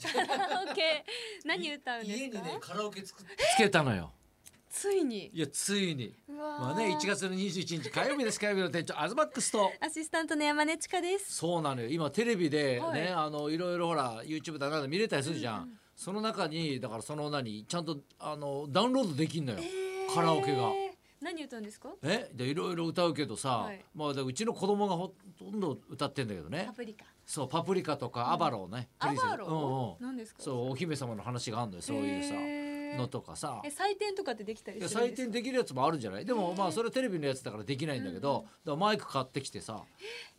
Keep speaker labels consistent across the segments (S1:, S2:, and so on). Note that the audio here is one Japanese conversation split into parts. S1: カラオケ何歌うんです
S2: 家に
S1: か
S2: ねカラオケ作って
S3: つけたのよ
S1: ついに
S3: いやついに
S1: うわー
S3: まあね1月の21日火曜日です火曜日の店長アズマックスと
S1: アシスタントの山根千佳です
S3: そうなのよ今テレビでね、
S1: はい
S3: い、あのいろいろほら YouTube だなんだ見れたりするじゃん、その中にだからその何ちゃんとあのダウンロードできんのよ、カラオケが。
S1: えー何歌うんですか
S3: えでいろいろ歌うけどさ、
S1: はい
S3: まあ、だからうちの子供がほとんど歌ってんだけどね
S1: パプリカ
S3: そうパプリカとかアバロをね、
S1: ア
S3: プリセス
S1: バロ
S3: うんうん、
S1: 何ですか
S3: そうお姫様の話があるのよそういうさ、
S1: へー
S3: のとかさ
S1: え採点とかってできたり
S3: いや
S1: するん
S3: 採
S1: です
S3: 点
S1: か
S3: できるやつもあるんじゃないでもまあそれはテレビのやつだからできないんだけど、だからマイク買ってきてさ、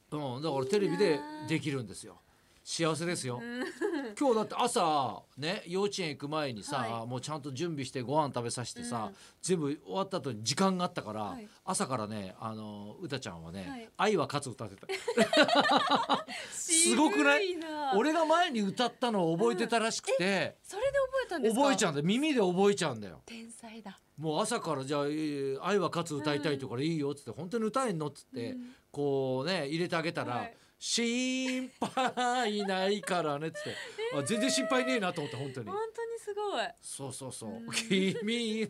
S3: うん、だからテレビでできるんですよ幸せですよ、 今日だって朝ね幼稚園行く前にさ、
S1: は
S3: もうちゃんと準備してご飯食べさせてさ、
S1: うん
S3: 全部終わった後に時間があったから、
S1: はい
S3: 朝からねあのうたちゃんはね「
S1: はい
S3: 愛は勝つ」歌って たす
S1: す
S3: ごくない
S1: 俺
S3: 俺が前に歌ったのを覚えてたらしくて、
S1: それで覚えたんですか
S3: 覚えちゃう
S1: うん
S3: だよ耳で覚えちゃうんだよ。
S1: 天才だ
S3: もう朝からじゃあえー「愛は勝つ歌いたい」とから「いいよ」っつって「本当に歌えんの?」っつって、こうね入れてあげたら「
S1: はい
S3: 心配ないからね」っつ って、あ全然心配ねえなと思って本当に
S1: 本。当にすごい
S3: そうそうそう「君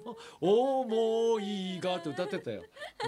S3: の思いが」って歌ってたよ。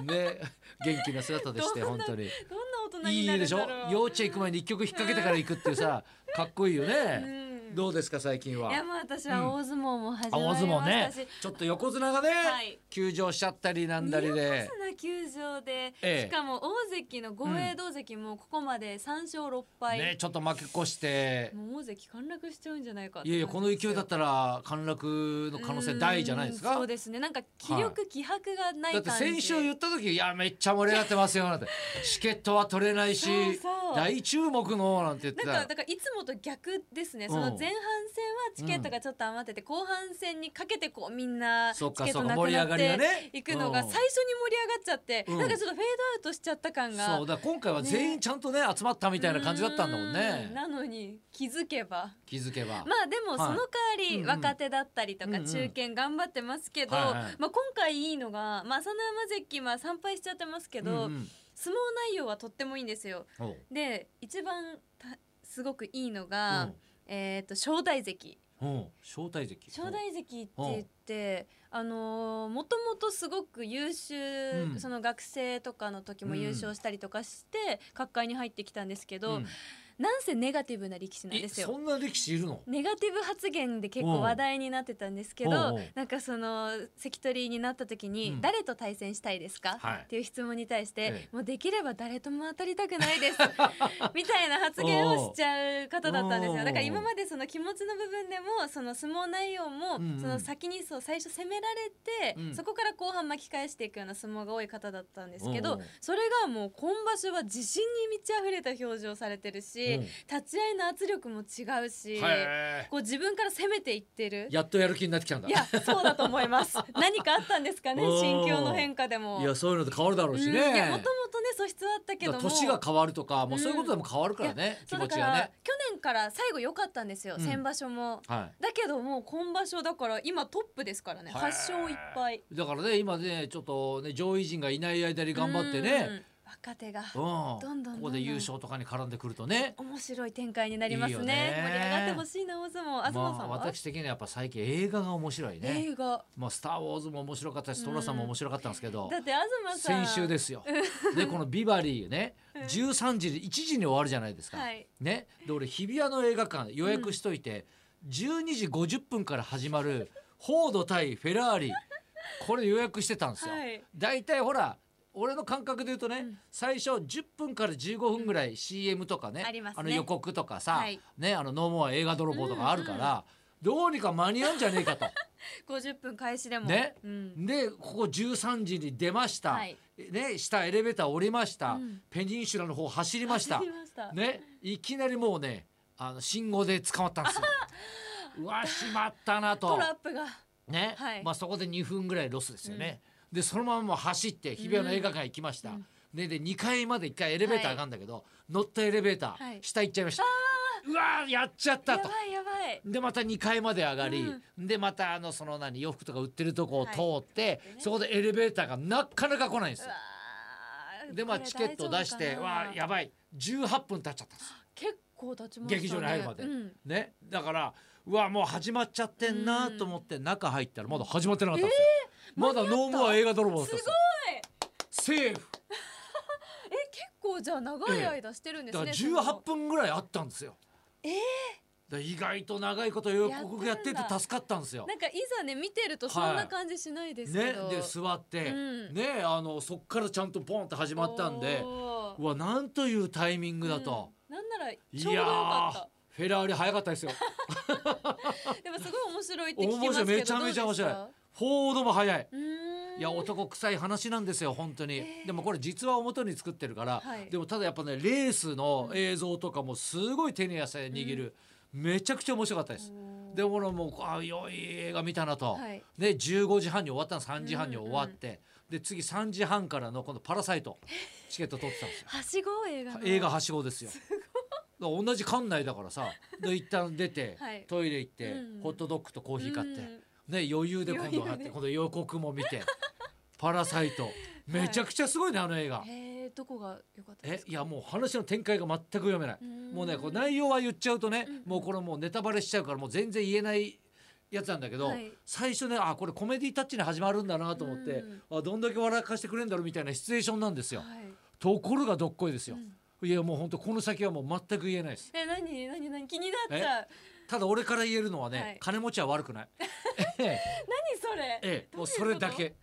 S3: ね元気な姿でして
S1: ど
S3: 本
S1: んな
S3: 当に。
S1: どんな大人
S3: い
S1: にないる
S3: で
S1: ん
S3: しょ
S1: だろう
S3: 幼稚園行く前に一曲引っ掛けてから行くっていうさかっこいいよね
S1: うん。
S3: どうですか最近は。
S1: いやもう私は大相撲も始まり
S3: 青
S1: ま
S3: 相撲
S1: し
S3: ね
S1: たし、
S3: ちょっと横綱がね、
S1: はい
S3: 休場しちゃったりなんだりで、
S1: な球場で、
S3: ええ
S1: しかも大関の豪栄道関もここまで3勝6敗、
S3: ね、ちょっと負け越して、
S1: もう大関陥落しちゃうんじゃないかって
S3: いやいや、この勢いだったら陥落の可能性大じゃないです
S1: うん
S3: か。
S1: そうですねなんか気力、気迫がない
S3: だ
S1: 感
S3: って
S1: じ
S3: 先週言った時、いや、めっちゃ盛り上がってますよ、な んて。チケットは取れないし
S1: そうそう、
S3: 大注目の、なんて言って
S1: なんか
S3: た
S1: だ。からいつもと逆ですね、
S3: うん
S1: その前半戦はチケットがちょっと余ってて、後半戦にかけてこうみんなチケ
S3: そっか
S1: ットな
S3: そっか盛
S1: く
S3: り
S1: な
S3: 上
S1: っ
S3: がりが
S1: て
S3: ね
S1: いくのが
S3: うん
S1: 最初に盛り上がっちゃって、
S3: うん
S1: なんかちょっとフェードアウトしちゃった感が
S3: そう、だから今回は全員ちゃんとね、集まったみたいな感じだったんだもん
S1: う
S3: ね。
S1: なのに気づけば
S3: 気づけば。
S1: まあでもその代わり、
S3: はいうんうん
S1: 若手だったりと
S3: うん
S1: か
S3: うん
S1: 中堅頑張ってますけど、
S3: はいはい
S1: まあ、今回いいのが、まあ、朝乃山関は参拝しちゃってますけど、
S3: うんうん
S1: 相撲内容はとってもいいんですよ。
S3: おう
S1: で一番たすごくいいのが、
S3: うん
S1: えー、と正代関
S3: おう招待席。
S1: 正代関って言ってあのーもともとすごく優秀、
S3: うん
S1: その学生とかの時も優勝したりとかして、角界に入ってきたんですけど、
S3: うん
S1: なんせネガティブな力士なん
S3: え
S1: ですよ
S3: そ。んな歴史いるの
S1: ネガティブ発言で結構話題になってたんですけ
S3: おうお
S1: ど
S3: う
S1: なんかその関取になった時に、
S3: うん
S1: 誰と対戦したいですか、
S3: はい
S1: っていう質問に対して、
S3: え
S1: もうできれば誰とも当たりたくないです みたいな発言をしちゃう方だったんです
S3: おうお
S1: よ
S3: う
S1: だから今までその気持ちの部分でもその相撲内容も、
S3: うんうん
S1: その先にそう最初攻められて、
S3: うん
S1: そこから後半巻き返していくような相撲が多い方だったんですけ
S3: おう
S1: ど
S3: おう
S1: それがもう今場所は自信に満ち溢れた表情されてるし、
S3: うん
S1: 立ち合いの圧力も違うし。
S3: へ
S1: こう自分から攻めていってる
S3: ー。やっとやる気になってきたんだ。
S1: いや、そうだと思い ます。何かあったんですかね、
S3: おー
S1: 心境の変化でも。
S3: いやそういうのって変わるだろうしね。
S1: うんいやもともとね、素質はあったけど
S3: だ
S1: も。
S3: から年が変わるとか、もううんそういうことでも変わるからね、気
S1: そう
S3: 持
S1: だ
S3: ち
S1: から
S3: がね。
S1: 去年から最後良かったんですよ、
S3: うん
S1: 先場所も。
S3: は
S1: だけどもう今場所だから今トップですからね
S3: へー
S1: 8勝1敗
S3: い。だからね、今ね、ちょっとね、上位陣がいない間に頑張ってね。
S1: うん若手が
S3: うん。こ
S1: どんどんどんどん
S3: こで優勝とかに絡んでくるとね。
S1: 面白い展開になりますね
S3: いいよね
S1: 盛り上がってほしいな大相撲東さん
S3: まあ、
S1: は、
S3: 私的にはやっぱ最近映画が面白いね。
S1: 映画
S3: まあ、スター・ウォーズも面白かったし、寅さんも面白かったんですけど
S1: だ。って東さん
S3: 先週ですよ。で、このビバリーね、13時で1時に終わるじゃないですか。
S1: はい
S3: ね、で俺日比谷の映画館予約しといて、12時50分から始まるフォード対フェラーリこれ予約してたんですよ。
S1: はい
S3: だいたいほら俺の感覚で言うとね、最初10分から15分ぐらい CM とかね,、
S1: ありますね
S3: の予告とかさ、
S1: はい
S3: ね、あのノーモア映画泥棒とかあるから、どうにか間に合うんじゃね えかと。
S1: 50分開始でも
S3: ね
S1: うん、
S3: でここ13時に出ました、
S1: はい
S3: ね、下エレベーター降りました、
S1: うん
S3: ペニンシュラの方走りました
S1: 走りました
S3: ね、いきなりもうねあの信号で捕まった んですよ。うわしまったなと
S1: トラップが
S3: ね、
S1: はい
S3: まあ、そこで2分ぐらいロスですよね。でそのままもう走って日比谷の映画館行きました。でで2階まで1回エレベーター上がるんだけど、乗ったエレベーター、
S1: はい
S3: 下行っちゃいました。うわーやっちゃっ
S1: や
S3: たと。
S1: ばいやばい
S3: でまた2階まで上がり、でまたあのその何洋服とか売ってるとこを通って、そこでエレベーターがなかなか来ないんで
S1: う
S3: すよ
S1: わ。ー
S3: でまあ
S1: これ
S3: チケットを出し
S1: 大
S3: て
S1: 丈夫かな
S3: わあやばい18分経っちゃったんです
S1: 結構経ちましたね
S3: 劇場に入るまで
S1: うん
S3: ねだからうわもう始まっちゃってんなと思って中入ったらまだ始まってなかったんですよ、まだノーモア映画泥棒だったんですよ
S1: え
S3: セーフ
S1: 結構じゃあ長い間してるんです
S3: だから
S1: ね、そ
S3: 18
S1: の
S3: 分ぐらいあったんですよ
S1: え
S3: だから意外と長いこと予告やってて
S1: やってるんだ
S3: 助かったんですよ
S1: なんかいざね見てるとそんな感じしないですけ
S3: ね
S1: ど、
S3: で座って、
S1: うん
S3: ねあのそっからちゃんとポンって始まったんで
S1: おー
S3: うわなんというタイミングだと、
S1: うんなんならち
S3: い
S1: ょうどよ
S3: や
S1: か
S3: ー
S1: っ
S3: フェラーリ早かったですよ
S1: た でもすごい面白いって聞き
S3: 面
S1: ます
S3: 白
S1: け
S3: い
S1: ど
S3: めちゃめちゃ面白いフォードも早い
S1: どうですかうーん
S3: いや男臭い話なんですよ本当に、
S1: えー
S3: でもこれ実話を元に作ってるから、
S1: はい
S3: でもただやっぱねレースの映像とかもすごい手に汗握る、めちゃくちゃ面白かったです、
S1: おー
S3: でももうあ良い映画見たなと、
S1: はい
S3: ね15時半に終わったの3時半に終わって、で次3時半からのこの「パラサイト」チケット取ってたんですよ
S1: はしご映画の
S3: 映画はしごですよだから同じ館内だからさで一旦出て、
S1: はい
S3: トイレ行って、
S1: うん
S3: ホットドッグとコーヒー買って、
S1: うん
S3: ね余裕で今度入っ
S1: 余裕
S3: て
S1: で
S3: 今度予告も見 て「パラサイト」めちゃくちゃすごいねあの映画。
S1: えー、どこが良かったで
S3: え
S1: すか
S3: いやもう話の展開が全く読めない。もうねこう内容は言っちゃうとね、もうこれもうネタバレしちゃうからもう全然言えないやつなんだけど、
S1: はい
S3: 最初ねあこれコメディタッチに始まるんだなと思って、あどんだけ笑かしてくれるんだろうみたいなシチュエーションなんですよ。
S1: はい、
S3: ところがどっこいですよ。
S1: うん
S3: いやもう本当この先はもう全く言えないです。
S1: え何何何気になっちゃう
S3: ただ俺から言えるのはね、
S1: はい
S3: 金持ちは悪く ない。ええ
S1: 何それ
S3: ええもう
S1: どい
S3: それだ
S1: こと
S3: け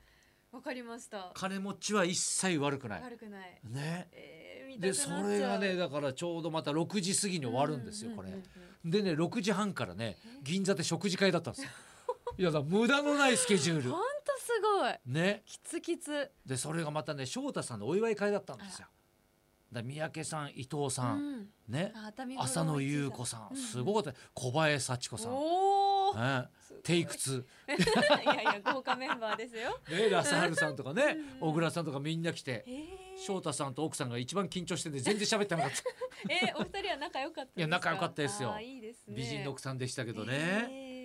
S1: わかりました
S3: 金持ちは一切悪くない。
S1: 悪くない
S3: ね。
S1: えー、見たくなっ
S3: で
S1: ち
S3: そ
S1: ゃう
S3: れがねだからちょうどまた6時過ぎに終わるんですよこれ
S1: う。んうん
S3: でね6時半からね銀座で食事会だったんです よ。いやだから無駄のないスケジュー
S1: うんうん
S3: ル
S1: ほ。んとすごい
S3: ね。
S1: きつきつ
S3: でそれがまたね翔太さんのお祝い会だったんですよ。だから三宅さん伊藤
S1: う
S3: さん、
S1: ん
S3: ね
S1: あ熱海五郎
S3: 浅野ゆう子さんすごかった小林幸子さん、
S1: おお
S3: ね、テイク2。
S1: いやいや豪華メンバーです よ
S3: ね、ラサールさんとかね
S1: うん
S3: 小倉さんとかみんな来て
S1: えー、
S3: 翔太さんと奥さんが一番緊張してて全然喋ってなかった
S1: えー、お二人は仲良かったですか
S3: いや仲良かったですよ
S1: あーいいですね
S3: 美人の奥さんでしたけ
S1: け
S3: どね、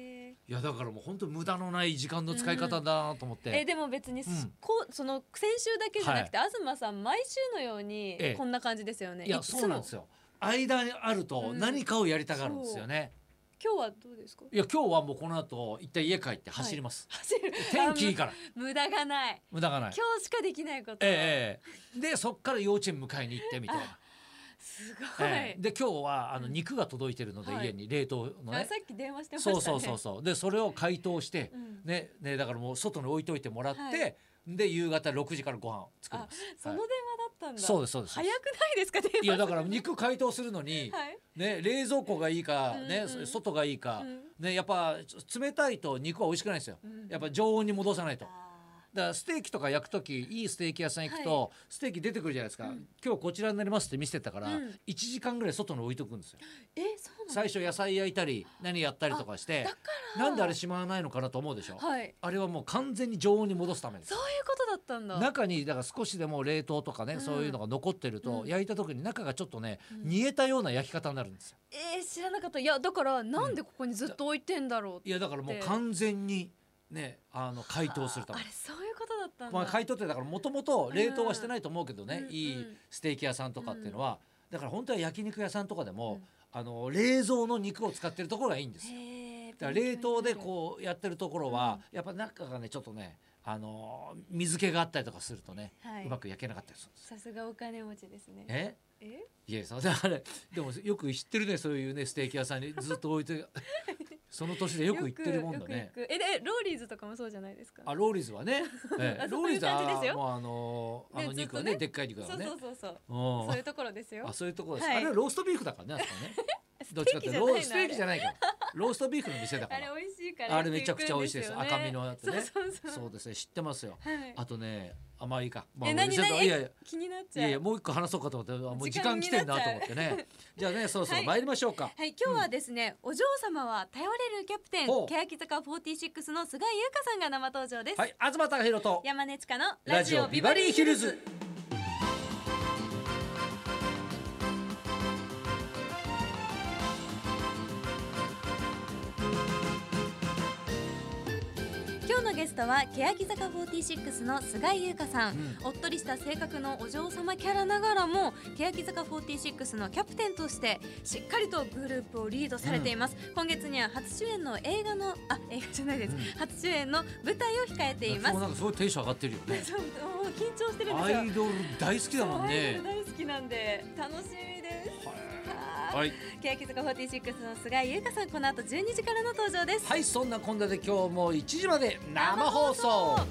S3: いやだからもう本当無駄のない時間の使い方だなと思っ
S1: え
S3: て、
S1: でも別にす、
S3: うん
S1: こうその先週だけじゃなくて、東さん毎週のように
S3: ええ
S1: こんな感じですよね、
S3: いや
S1: つも
S3: そうなんですよ間にあると
S1: うん
S3: 何かをやりたがるんですよね、
S1: 今日はどうですか
S3: いや今日はもうこの後一旦家帰って走ります、
S1: 走る
S3: 天気いい
S1: あ
S3: から
S1: む無駄がない
S3: 無駄がない
S1: 今日しかできないこと、
S3: ええええでそっから幼稚園迎えに行ってみたいな、
S1: すごい、
S3: ええで今日はあの肉が届いてるので、
S1: はい
S3: 家に冷凍の
S1: あ
S3: ね
S1: さっき電話してましたね
S3: そうそうそうそうでそれを解凍して、
S1: うん
S3: ねねだからもう外に置いといてもらって、
S1: は
S3: で夕方6時からご飯を作ります
S1: その電話だったんだ
S3: そうですそうです
S1: 早くないですか電話
S3: いやだから肉解凍するのに、
S1: はい、
S3: ね冷蔵庫がいいかね、
S1: うんうん
S3: 外がいいか、
S1: うん
S3: ねやっぱちょ冷たいと肉は美味しくないんですよ、
S1: うん
S3: やっぱ常温に戻さないと。
S1: あ
S3: だからステーキとか焼く時いいステーキ屋さん行くと、ステーキ出てくるじゃないですか、今日こちらになりますって見せてたから、
S1: うん
S3: 1時間ぐらい外に置いとくんですよ
S1: ーえそうなんだ
S3: 最初野菜焼いたり何やったりとかして
S1: だから
S3: なんであれしまわないのかなと思うでしょ、
S1: はい
S3: あれはもう完全に常温に戻すためです
S1: そういうことだったんだ
S3: 中にだから少しでも冷凍とかね、
S1: うん
S3: そういうのが残ってる
S1: う
S3: と、
S1: ん
S3: 焼いた時に中がちょっとね、
S1: うん
S3: 煮えたような焼き方になるんですよ
S1: えー、知らなかったいやだからなんでここにずっと置いてんだろうって
S3: いやだからもう
S1: で
S3: 完全にねあの解凍するため
S1: ああれそういうことだったんだ、
S3: まあ解凍ってだからもともと冷凍はしてないと思うけどね、
S1: うん
S3: い
S1: うんう
S3: い
S1: ん
S3: ステーキ屋さんとかっていうのは、だから本当は焼肉屋さんとかでも、
S1: うん
S3: あの冷蔵の肉を使ってるところがいいんですよ
S1: へー
S3: だから冷凍でこうやってるところは、やっぱ中がねちょっとねあの水気があったりとかするとね、
S1: はいう
S3: まく焼けなかったりするんですよ
S1: さすがお金持ちですね。
S3: え
S1: え
S3: いやそう だからでもよく知ってるねそういうねステーキ屋さんにずっと置い てその年でよく行ってるもんだね
S1: よくよく行くえでローリーズとかもそうじゃないですか。
S3: あローリーズはね、ええ
S1: あ
S3: ロ
S1: そ
S3: ー
S1: う
S3: リ
S1: い
S3: ー
S1: う
S3: ズは
S1: 感じですよ
S3: もうあのあ
S1: ね
S3: の
S1: ずっ
S3: 肉は
S1: とね
S3: ねでっかい肉だ
S1: そ
S3: か
S1: う
S3: らね
S1: そうそうそう。
S3: うん
S1: そういうところですよ
S3: あ。そういうところです、
S1: はい
S3: あれはローストビーフだからねあそこ ねどっちかっていうとローステーキじゃないからローストビーフの店だか
S1: あ
S3: ら
S1: れ美味しいから。
S3: あれめちゃくちゃ美味しいです赤身のやつね
S1: そうそうそう。
S3: そうですね知ってますよ
S1: はい。
S3: あとねあまあいいか、まあ、
S1: え
S3: お
S1: 何
S3: 店と
S1: 何
S3: いやいや
S1: 気になっ
S3: い
S1: ちゃ
S3: や
S1: う。
S3: いやもう一個話そうかと思ってあもう時
S1: 時
S3: 間
S1: 間
S3: 来
S1: にな
S3: て
S1: っ
S3: ん
S1: ちゃう
S3: なと思ってねじゃ あねそろそろ参りましょうか、
S1: はい今日はですね、お嬢様は頼れるキャプテン
S3: ほう
S1: 欅坂46の菅井優香さんが生登場です。
S3: はい東貴博と
S1: 山根千佳の
S3: ラジオビバリーヒルズ。
S1: 今日のゲストは欅坂46の菅井優香さん、
S3: うん
S1: おっとりした性格のお嬢様キャラながらも欅坂46のキャプテンとしてしっかりとグループをリードされています、今月には初主演の映画のあ映画じゃないです、
S3: うん
S1: 初主演の舞台を控えています
S3: もうなんかすごいテンション上がってるよね
S1: そうもう緊張してるんですよ
S3: アイドル大好きだもん
S1: そうアイドル
S3: ね
S1: 大好きなんで楽しみですはい
S3: はい、
S1: 欅坂46の菅井優香さんこの後12時からの登場です
S3: はい、そんなこんなで今日も1時まで生放送